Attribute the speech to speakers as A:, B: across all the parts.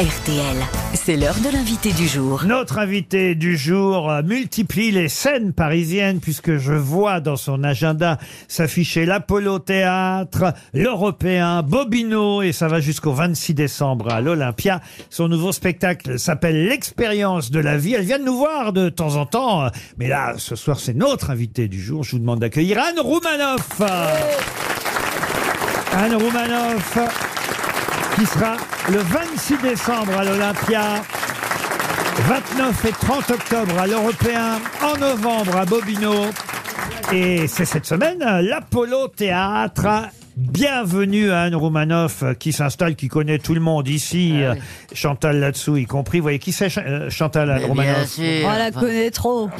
A: RTL. C'est l'heure de l'invité du jour.
B: Notre invité du jour euh, multiplie les scènes parisiennes puisque je vois dans son agenda s'afficher l'Apollo Théâtre, l'Européen, Bobino et ça va jusqu'au 26 décembre à l'Olympia. Son nouveau spectacle s'appelle L'expérience de la vie. Elle vient de nous voir de temps en temps, euh, mais là ce soir c'est notre invité du jour. Je vous demande d'accueillir Anne Roumanoff. Anne Roumanoff qui sera le 26 décembre à l'Olympia. 29 et 30 octobre à l'Européen, en novembre à Bobino. Et c'est cette semaine, euh, l'Apollo Théâtre. Bienvenue à Anne Roumanoff euh, qui s'installe, qui connaît tout le monde ici,
C: Ah
B: euh, Chantal là-dessous y compris. Vous voyez qui c'est Ch- euh, Chantal Anne
C: Eh Bien
B: Roumanoff
C: sûr.
D: On Oh, la connaît trop.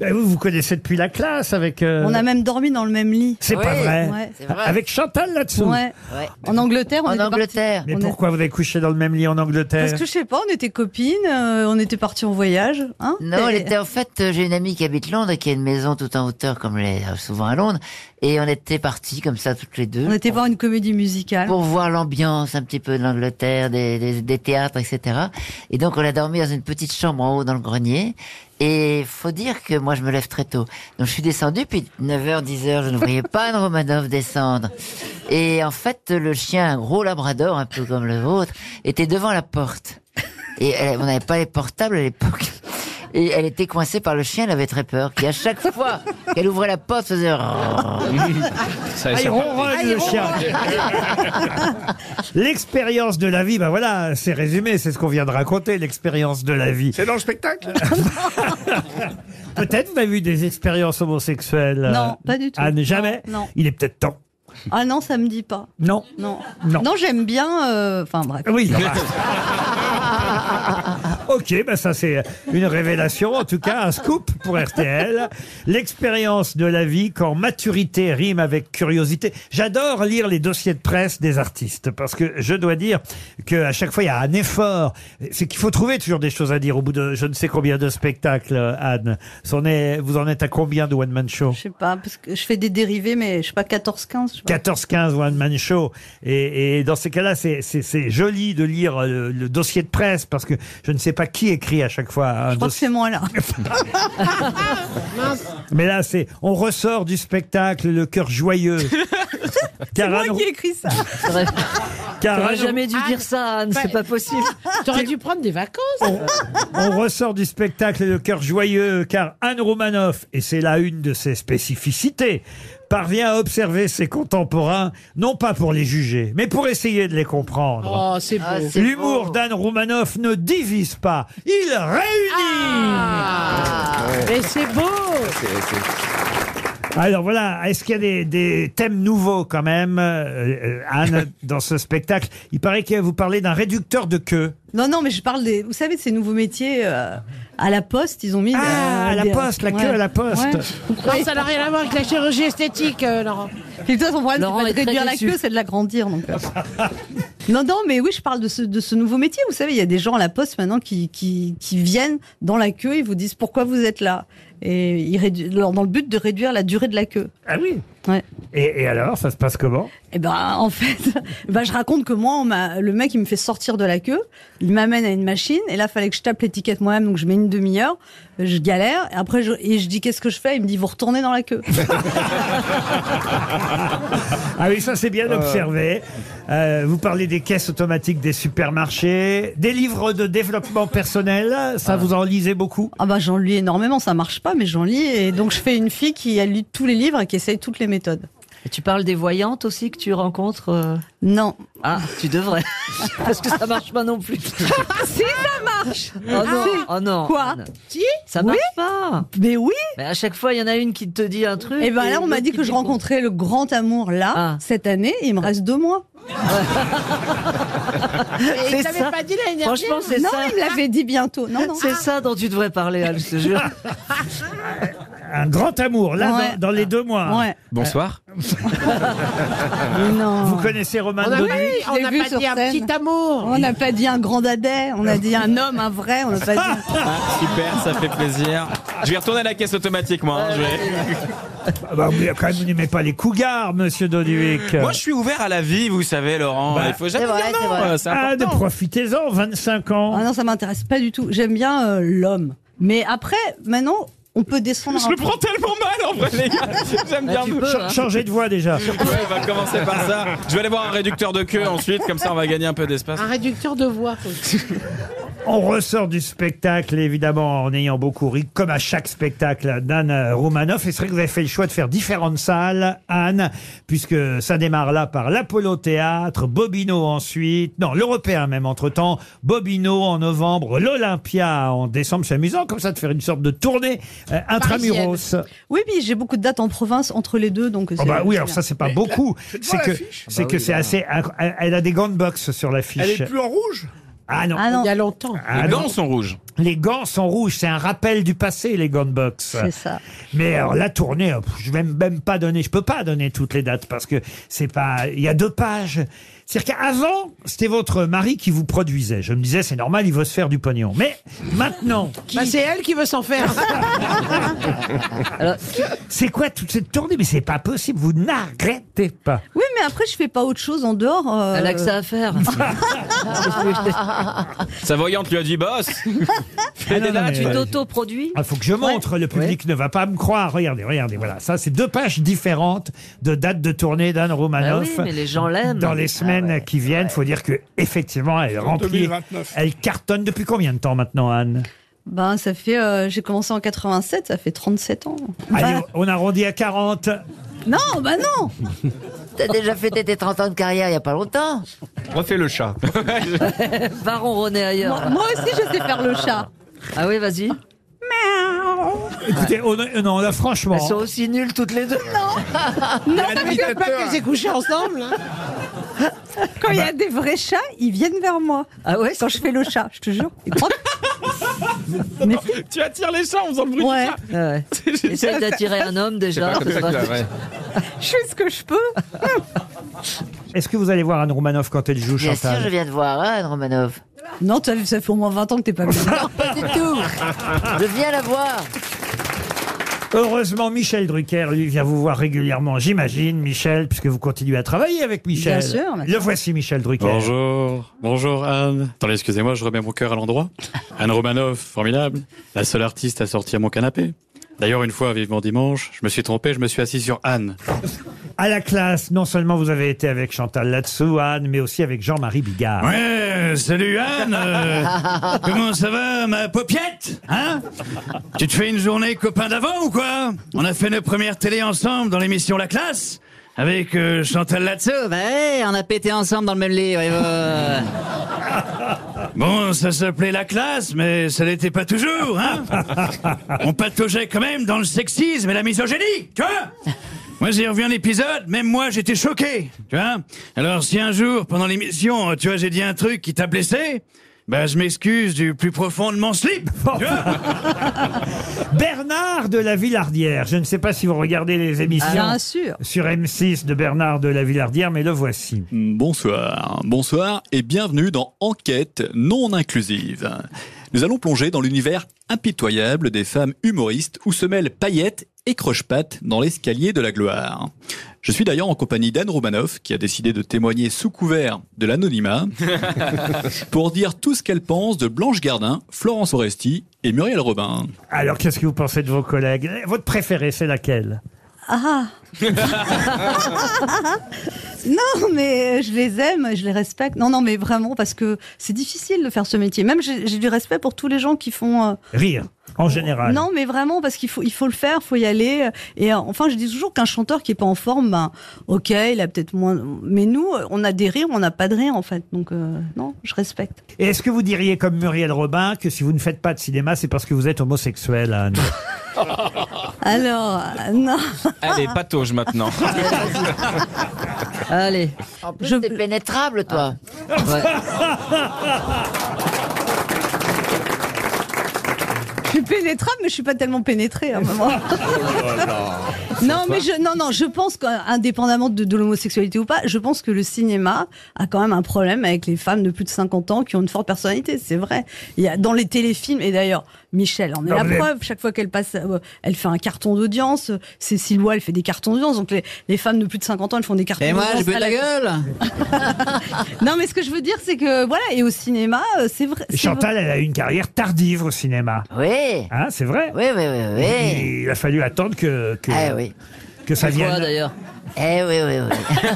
B: Eh, Vous vous connaissez depuis la classe avec... euh,
D: On a même dormi dans le même lit.
B: C'est pas
C: Oui,
B: vrai.
D: ouais,
C: c'est vrai.
B: Avec Chantal là-dessous
D: Ouais.
C: Ouais.
D: En Angleterre, on
C: En
D: était partis-
C: Angleterre.
B: Mais
D: on est-
B: pourquoi vous avez couché dans le même lit en Angleterre
D: Parce que je sais pas, on était copines, euh, on était partis en voyage. Hein
C: Non, elle
D: Et-
C: était en fait, euh, j'ai une amie qui habite Londres et qui a une maison tout en hauteur comme les, euh, souvent à Londres et on était partis comme ça toutes les deux
D: On était voir une comédie musicale.
C: pour voir l'ambiance un petit peu de l'Angleterre, des, des- des théâtres, etc. Et donc on a dormi dans une petite chambre en haut dans le grenier. Et faut dire que moi je me lève très tôt. Donc je suis descendu, puis 9h, 10h, je ne voyais pas Anne Romanov descendre. Et en fait, le chien, un gros labrador, un peu comme le vôtre, était devant la porte. Et elle- on n'avait pas les portables à l'époque. Et elle était coincée par le chien, elle avait très peur, qui à chaque fois qu'elle ouvrait la porte faisait...
B: Ah, il ronronne, le chien. L'expérience de la vie, ben voilà, c'est résumé, c'est ce qu'on vient de raconter, l'expérience de la vie.
E: C'est dans le spectacle
B: Peut-être vous avez eu des expériences homosexuelles.
D: Non,
B: euh,
D: pas du tout.
B: Anne, jamais
D: Non, non.
B: Il est peut-être temps.
D: Ah non, ça me dit pas.
B: Non.
D: Non.
B: Non.
D: j'aime bien. euh, Enfin bref.
B: Oui. ok, ben ça c'est une révélation, en tout cas un scoop pour RTL. L'expérience de la vie quand maturité rime avec curiosité. J'adore lire les dossiers de presse des artistes parce que je dois dire que à chaque fois il y a un effort. C'est qu'il faut trouver toujours des choses à dire au bout de je ne sais combien de spectacles, Anne. C'en est- vous en êtes à combien de One Man Show
D: Je sais pas, parce que je fais des dérivés, mais je sais pas, 14-15. je sais pas.
B: 14-15 One Man Show. Et, et dans ces cas-là, c'est- c'est c'est joli de lire euh, le, le dossier de presse parce que je ne sais pas qui écrit à chaque fois. un
D: Je crois que
B: dossier.
D: c'est moi là.
B: Mais là, c'est on ressort du spectacle le cœur joyeux.
D: C'est
B: Car
D: moi
B: Anne-
D: qui ai écrit ça.
B: car Anne-
F: dû dire ça, Anne, c'est pas possible. Ah, T'aurais dû prendre des vacances.
B: On ressort du spectacle le cœur joyeux car Anne Romanoff, et c'est là une de ses spécificités, parvient à observer ses contemporains, non pas pour les juger, mais pour essayer de les comprendre.
F: Oh, c'est beau.
C: Ah, c'est
B: L'humour
C: beau.
B: d'Anne Roumanoff ne divise pas, il réunit
F: Mais c'est beau.
B: Alors voilà, est-ce qu'il y a des, des thèmes nouveaux quand même, euh, euh, Anne, dans ce spectacle Il paraît que vous parlez d'un réducteur de queue.
D: Non, non, mais je parle des. Vous savez, de ces nouveaux métiers euh, à la poste, ils ont mis.
B: Ah,
D: euh,
B: à la
D: des-
B: poste, la queue à la poste.
F: Non, ça n'a rien à voir avec la chirurgie esthétique, euh, Laurent.
D: Et toi, ton problème,
F: Laurent
D: c'est pas
F: est
D: de
F: très
D: réduire la
F: déçu.
D: queue, c'est de l'agrandir. Donc... euh. non, non, mais oui, je parle de ce, de ce nouveau métier. Vous savez, il y a des gens à la poste maintenant qui, qui, qui viennent dans la queue, ils vous disent pourquoi vous êtes là. Et ils rédu- leur- dans le but de réduire la durée de la queue.
B: Ah oui
D: Ouais.
B: et, et alors, ça se passe comment
D: Et ben, en fait, ben, je raconte que moi, on m'a- le mec, il me fait sortir de la queue, il m'amène à une machine, et là, fallait que je tape l'étiquette moi-même, donc je mets une demi-heure, je galère, et après, je, et je dis qu'est-ce que je fais, il me dit vous retournez dans la queue.
B: Ah oui, ça c'est bien observé. Euh, vous parlez des caisses automatiques des supermarchés, des livres de développement personnel, ça vous en lisez beaucoup
D: Ah bah j'en lis énormément, ça marche pas, mais j'en lis et donc je fais une fille qui elle lit tous les livres et qui essaye toutes les méthodes.
G: Et tu parles des voyantes aussi que tu rencontres euh
D: Non.
G: Ah, tu devrais. Parce que ça marche pas non plus.
D: Ah si ça marche
G: Oh non,
D: si.
G: oh non.
D: Quoi
G: Anne.
D: Si
G: Ça marche pas.
D: Mais oui
G: Mais à chaque fois, il y en a une qui te dit un truc.
D: Et ben là on
G: l'autre
D: m'a dit
G: qui
D: que je
G: dit-
D: rencontrais le grand amour là,
G: Ah.
D: cette année, et il me reste deux mois.
F: Et
G: C'est
F: t'avais
G: ça.
F: pas dit l'année dernière.
G: Franchement, c'est
D: non,
G: ça.
D: il me l'avait dit bientôt. Non, non.
G: C'est ça dont tu devrais parler, Anne, je te jure.
B: un grand amour, là,
D: Ouais.
B: dans, dans les deux mois.
D: Ouais.
E: Bonsoir.
D: Non.
B: Bah, Vous connaissez Roman
F: On a,
B: Dodu
F: Ah bah oui,
D: je
F: on
D: l'ai
F: n'a
D: vu
F: pas
D: sur
F: dit un
D: scène.
F: petit amour.
D: On n'a pas dit un grand dadais, on a dit un homme, un vrai, on n'a pas dit.
E: Ah, super, ça fait plaisir. Je vais retourner à la caisse automatique, moi. hein, je vais-
B: Ah bah, vous, quand même, vous n'aimez pas les cougars, monsieur Doduic.
E: Moi, je suis ouvert à la vie, vous savez, Laurent.
B: Bah,
E: Il faut jamais
C: c'est vrai,
E: dire
C: c'est
E: non.
C: vrai.
E: euh, C'est
B: Ah, de
E: important.
B: profitez-en, 25 ans.
D: Ah non, ça m'intéresse pas du tout. J'aime bien euh, l'homme. Mais après, maintenant, on peut descendre.
E: je
D: un
E: le
D: peu.
E: prends tellement mal, en vrai, les gars. J'aime bien.
G: tu
E: me-
G: peux,
B: Cha-
G: hein.
B: Changez de voix déjà.
E: Ouais, on va commencer par ça. Je vais aller voir un réducteur de queue ensuite, comme ça, on va gagner un peu d'espace.
F: Un réducteur de voix.
B: On ressort du spectacle, évidemment, en ayant beaucoup ri, comme à chaque spectacle d'Anne Romanoff. Et c'est vrai que vous avez fait le choix de faire différentes salles, Anne, puisque ça démarre là par l'Apollo Théâtre, Bobino ensuite, non, l'Européen même entre-temps, Bobino en novembre, l'Olympia en décembre. C'est amusant comme ça de faire une sorte de tournée euh, intramuros.
D: Oui, puis j'ai beaucoup de dates en province entre les deux, donc.
B: Oh
D: c'est-
B: bah oui,
D: c'est
B: alors
D: bien.
B: ça c'est pas beaucoup. C'est que
H: l'affiche
B: c'est que c'est assez. incro- Elle elle a des gants de boxe sur
H: Elle
B: l'affiche.
H: est plus en rouge
B: Ah non.
D: Ah non,
F: Il y a longtemps.
B: Ah
E: Les
B: non.
E: dents sont rouges.
B: Les gants sont rouges, c'est un rappel du passé, les gants de boxe.
D: c'est ça.
B: Mais alors la tournée, euh, pff, je vais même pas donner, je peux pas donner toutes les dates parce que c'est pas, il y a deux pages. C'est-à-dire qu'avant, c'était votre mari qui vous produisait. Je me disais, c'est normal, il veut se faire du pognon. Mais maintenant,
F: Bah, c'est elle qui veut s'en faire.
B: c'est quoi toute cette tournée Mais c'est pas possible, vous n'arrêtez pas.
D: Oui, mais après, je fais pas autre chose en dehors. euh,
G: Elle a que ça à faire.
E: Sa voyante lui a dit Boss, fais
B: Ah non,
E: des
B: non,
E: dates.
B: mais-
G: tu
B: Ouais.
G: t'auto-produis
B: Il Ah, faut que je montre, le public ne va pas me croire. Regardez, regardez, voilà. Ça, c'est deux pages différentes de dates de tournée d'Anne
G: Ah
B: Romanoff.
G: oui, mais les gens l'aiment.
B: Dans les semaines
G: Ah ouais.
B: qui viennent, faut dire que effectivement, elle remplit,
H: 2029.
B: elle cartonne depuis combien de temps maintenant, Anne
D: Ben, ça fait. euh, j'ai commencé en 87, ça fait 37 ans.
B: Allez,
D: Bah,
B: on arrondit à 40.
D: non, bah non
C: T'as déjà fait tes 30 ans de carrière il y a pas longtemps.
E: Refais le chat.
G: Va ronronner
D: Moi,
G: ailleurs.
D: moi aussi, je sais faire le chat.
G: Ah oui, vas-y.
B: Écoutez, on, est- non, là, franchement,
G: Elles sont aussi nulles toutes les deux.
F: Non, ça m'étonne pas qu'elles aient couché ensemble. hein.
D: Quand il y a des vrais chats, ils viennent vers moi.
G: Ah ouais,
D: Quand je fais le chat, je te jure. Ils trottent.
E: tu attires les chats en faisant le bruit
D: Ouais.
E: du chat.
G: Ah ouais. Essaye d'attirer un homme déjà. ce sera-
D: Je fais ce que je peux.
B: est-ce que vous allez voir Anne Romanoff quand elle joue
C: Bien sûr, je
B: Chantal
C: viens de voir, hein, Anne Romanov.
D: Non, t'as vu, ça fait au moins 20 ans que t'es pas venu.
C: Pas du tout. Je viens la voir.
B: Heureusement, Michel Drucker, lui, vient vous voir régulièrement, j'imagine, Michel, puisque vous continuez à travailler avec Michel.
D: Bien sûr, bien
B: Le voici, Michel Drucker.
I: Bonjour, bonjour Anne. Attendez, excusez-moi, je remets mon cœur à l'endroit. Anne Romanoff, formidable, la seule artiste à sortir mon canapé. D'ailleurs, une fois, vivement dimanche, je me suis trompé, je me suis assis sur Anne.
B: À la classe, non seulement vous avez été avec Chantal Latsou, Anne, mais aussi avec Jean-Marie Bigard.
I: Ouais, salut Anne. Euh, comment ça va, ma paupiette Hein Tu te fais une journée copain d'avant ou quoi On a fait nos premières télé ensemble dans l'émission La Classe avec euh, Chantal Latsou. Bah ouais, on a pété ensemble dans le même lit. ouais, ouais. Bon, ça s'appelait La Classe, mais ça l'était pas toujours, hein On pataugeait quand même dans le sexisme et la misogynie, tu vois moi, j'ai revu un épisode, même moi, j'étais choqué, tu vois. Alors, si un jour, pendant l'émission, tu vois, j'ai dit un truc qui t'a blessé, bah, je m'excuse du plus profond de mon slip, tu vois.
B: Bernard de la Villardière. Je ne sais pas si vous regardez les émissions
C: Ah,
D: Bien sûr.
B: sur M6 de Bernard de la Villardière, mais le voici.
J: Bonsoir, bonsoir et bienvenue dans Enquête non inclusive. Nous allons plonger dans l'univers impitoyable des femmes humoristes où se mêlent paillettes et croche-pattes dans l'escalier de la gloire. Je suis d'ailleurs en compagnie d'Anne Romanoff qui a décidé de témoigner sous couvert de l'anonymat pour dire tout ce qu'elle pense de Blanche Gardin, Florence Oresti et Muriel Robin.
B: Alors, qu'est-ce que vous pensez de vos collègues Votre préférée, c'est laquelle
D: Ah Non, mais je les aime, je les respecte. Non, non, mais vraiment, parce que c'est difficile de faire ce métier. Même j'ai j'ai du respect pour tous les gens qui font. euh,
B: Rire, en général.
D: Non, mais vraiment, parce qu'il faut, il faut le faire, il faut y aller. Et euh, enfin, je dis toujours qu'un chanteur qui est pas en forme, ben, ok, il a peut-être moins. Mais nous, on a des rires, on n'a pas de rire, en fait. Donc, euh, non, je respecte.
B: Et est-ce que vous diriez, comme Muriel Robin, que si vous ne faites pas de cinéma, c'est parce que vous êtes homosexuel, Anne
D: Alors, euh, non.
E: Allez, patauge maintenant.
G: Allez.
C: En plus,
D: Je-
C: t'es pénétrable, toi.
G: Ouais.
D: suis pénétrable, mais je suis pas tellement pénétrée à un moment. non, mais je, non, non, je pense qu'indépendamment de, de l'homosexualité ou pas, je pense que le cinéma a quand même un problème avec les femmes de plus de 50 ans qui ont une forte personnalité, c'est vrai. Il y a, dans les téléfilms, et d'ailleurs, Michel en est
H: Non,
D: la
H: mais-
D: preuve, chaque fois qu'elle passe, euh, elle fait un carton d'audience, Cécile Lois, elle fait des cartons d'audience, donc les, les femmes de plus de 50 ans, elles font des cartons
K: Et moi,
D: d'audience.
K: je veux
D: à
K: ta gueule
D: Non, mais ce que je veux dire, c'est que, voilà, et au cinéma, euh, c'est vrai.
B: Et
D: c'est
B: Chantal,
D: vrai.
B: elle a eu une carrière tardive au cinéma.
C: Oui.
B: Hein, c'est vrai
C: Oui, oui, oui, oui.
B: Il a fallu attendre que, que,
C: Ah Eh. oui.
B: que ça
C: Pourquoi,
B: vienne.
C: d'ailleurs Eh oui, oui, oui.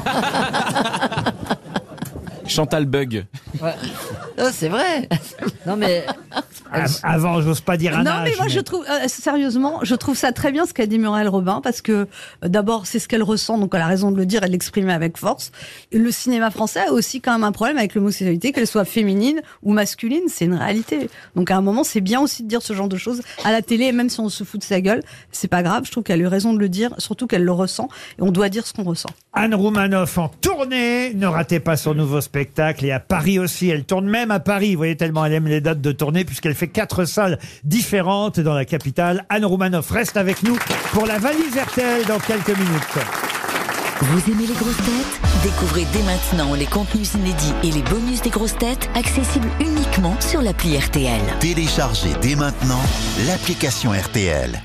E: Chantal Bug.
C: Non, c'est vrai.
G: Non, mais.
B: Av- Avant, j'ose pas dire un
D: Non,
B: âge,
D: mais moi, je trouve, euh, sérieusement, je trouve ça très bien ce qu'a dit Muriel Robin, parce que euh, d'abord, c'est ce qu'elle ressent, donc elle a raison de le dire et de l'exprimer avec force. Le cinéma français a aussi quand même un problème avec l'homosexualité, qu'elle soit féminine ou masculine, c'est une réalité. Donc à un moment, c'est bien aussi de dire ce genre de choses à la télé, et même si on se fout de sa gueule, c'est pas grave, je trouve qu'elle a eu raison de le dire, surtout qu'elle le ressent, et on doit dire ce qu'on ressent.
B: Anne Roumanoff en tournée. Ne ratez pas son nouveau spectacle. Et à Paris aussi. Elle tourne même à Paris. Vous voyez tellement elle aime les dates de tournée puisqu'elle fait quatre salles différentes dans la capitale. Anne Roumanoff reste avec nous pour la valise RTL dans quelques minutes.
A: Vous aimez les grosses têtes Découvrez dès maintenant les contenus inédits et les bonus des grosses têtes accessibles uniquement sur l'appli RTL.
L: Téléchargez dès maintenant l'application RTL.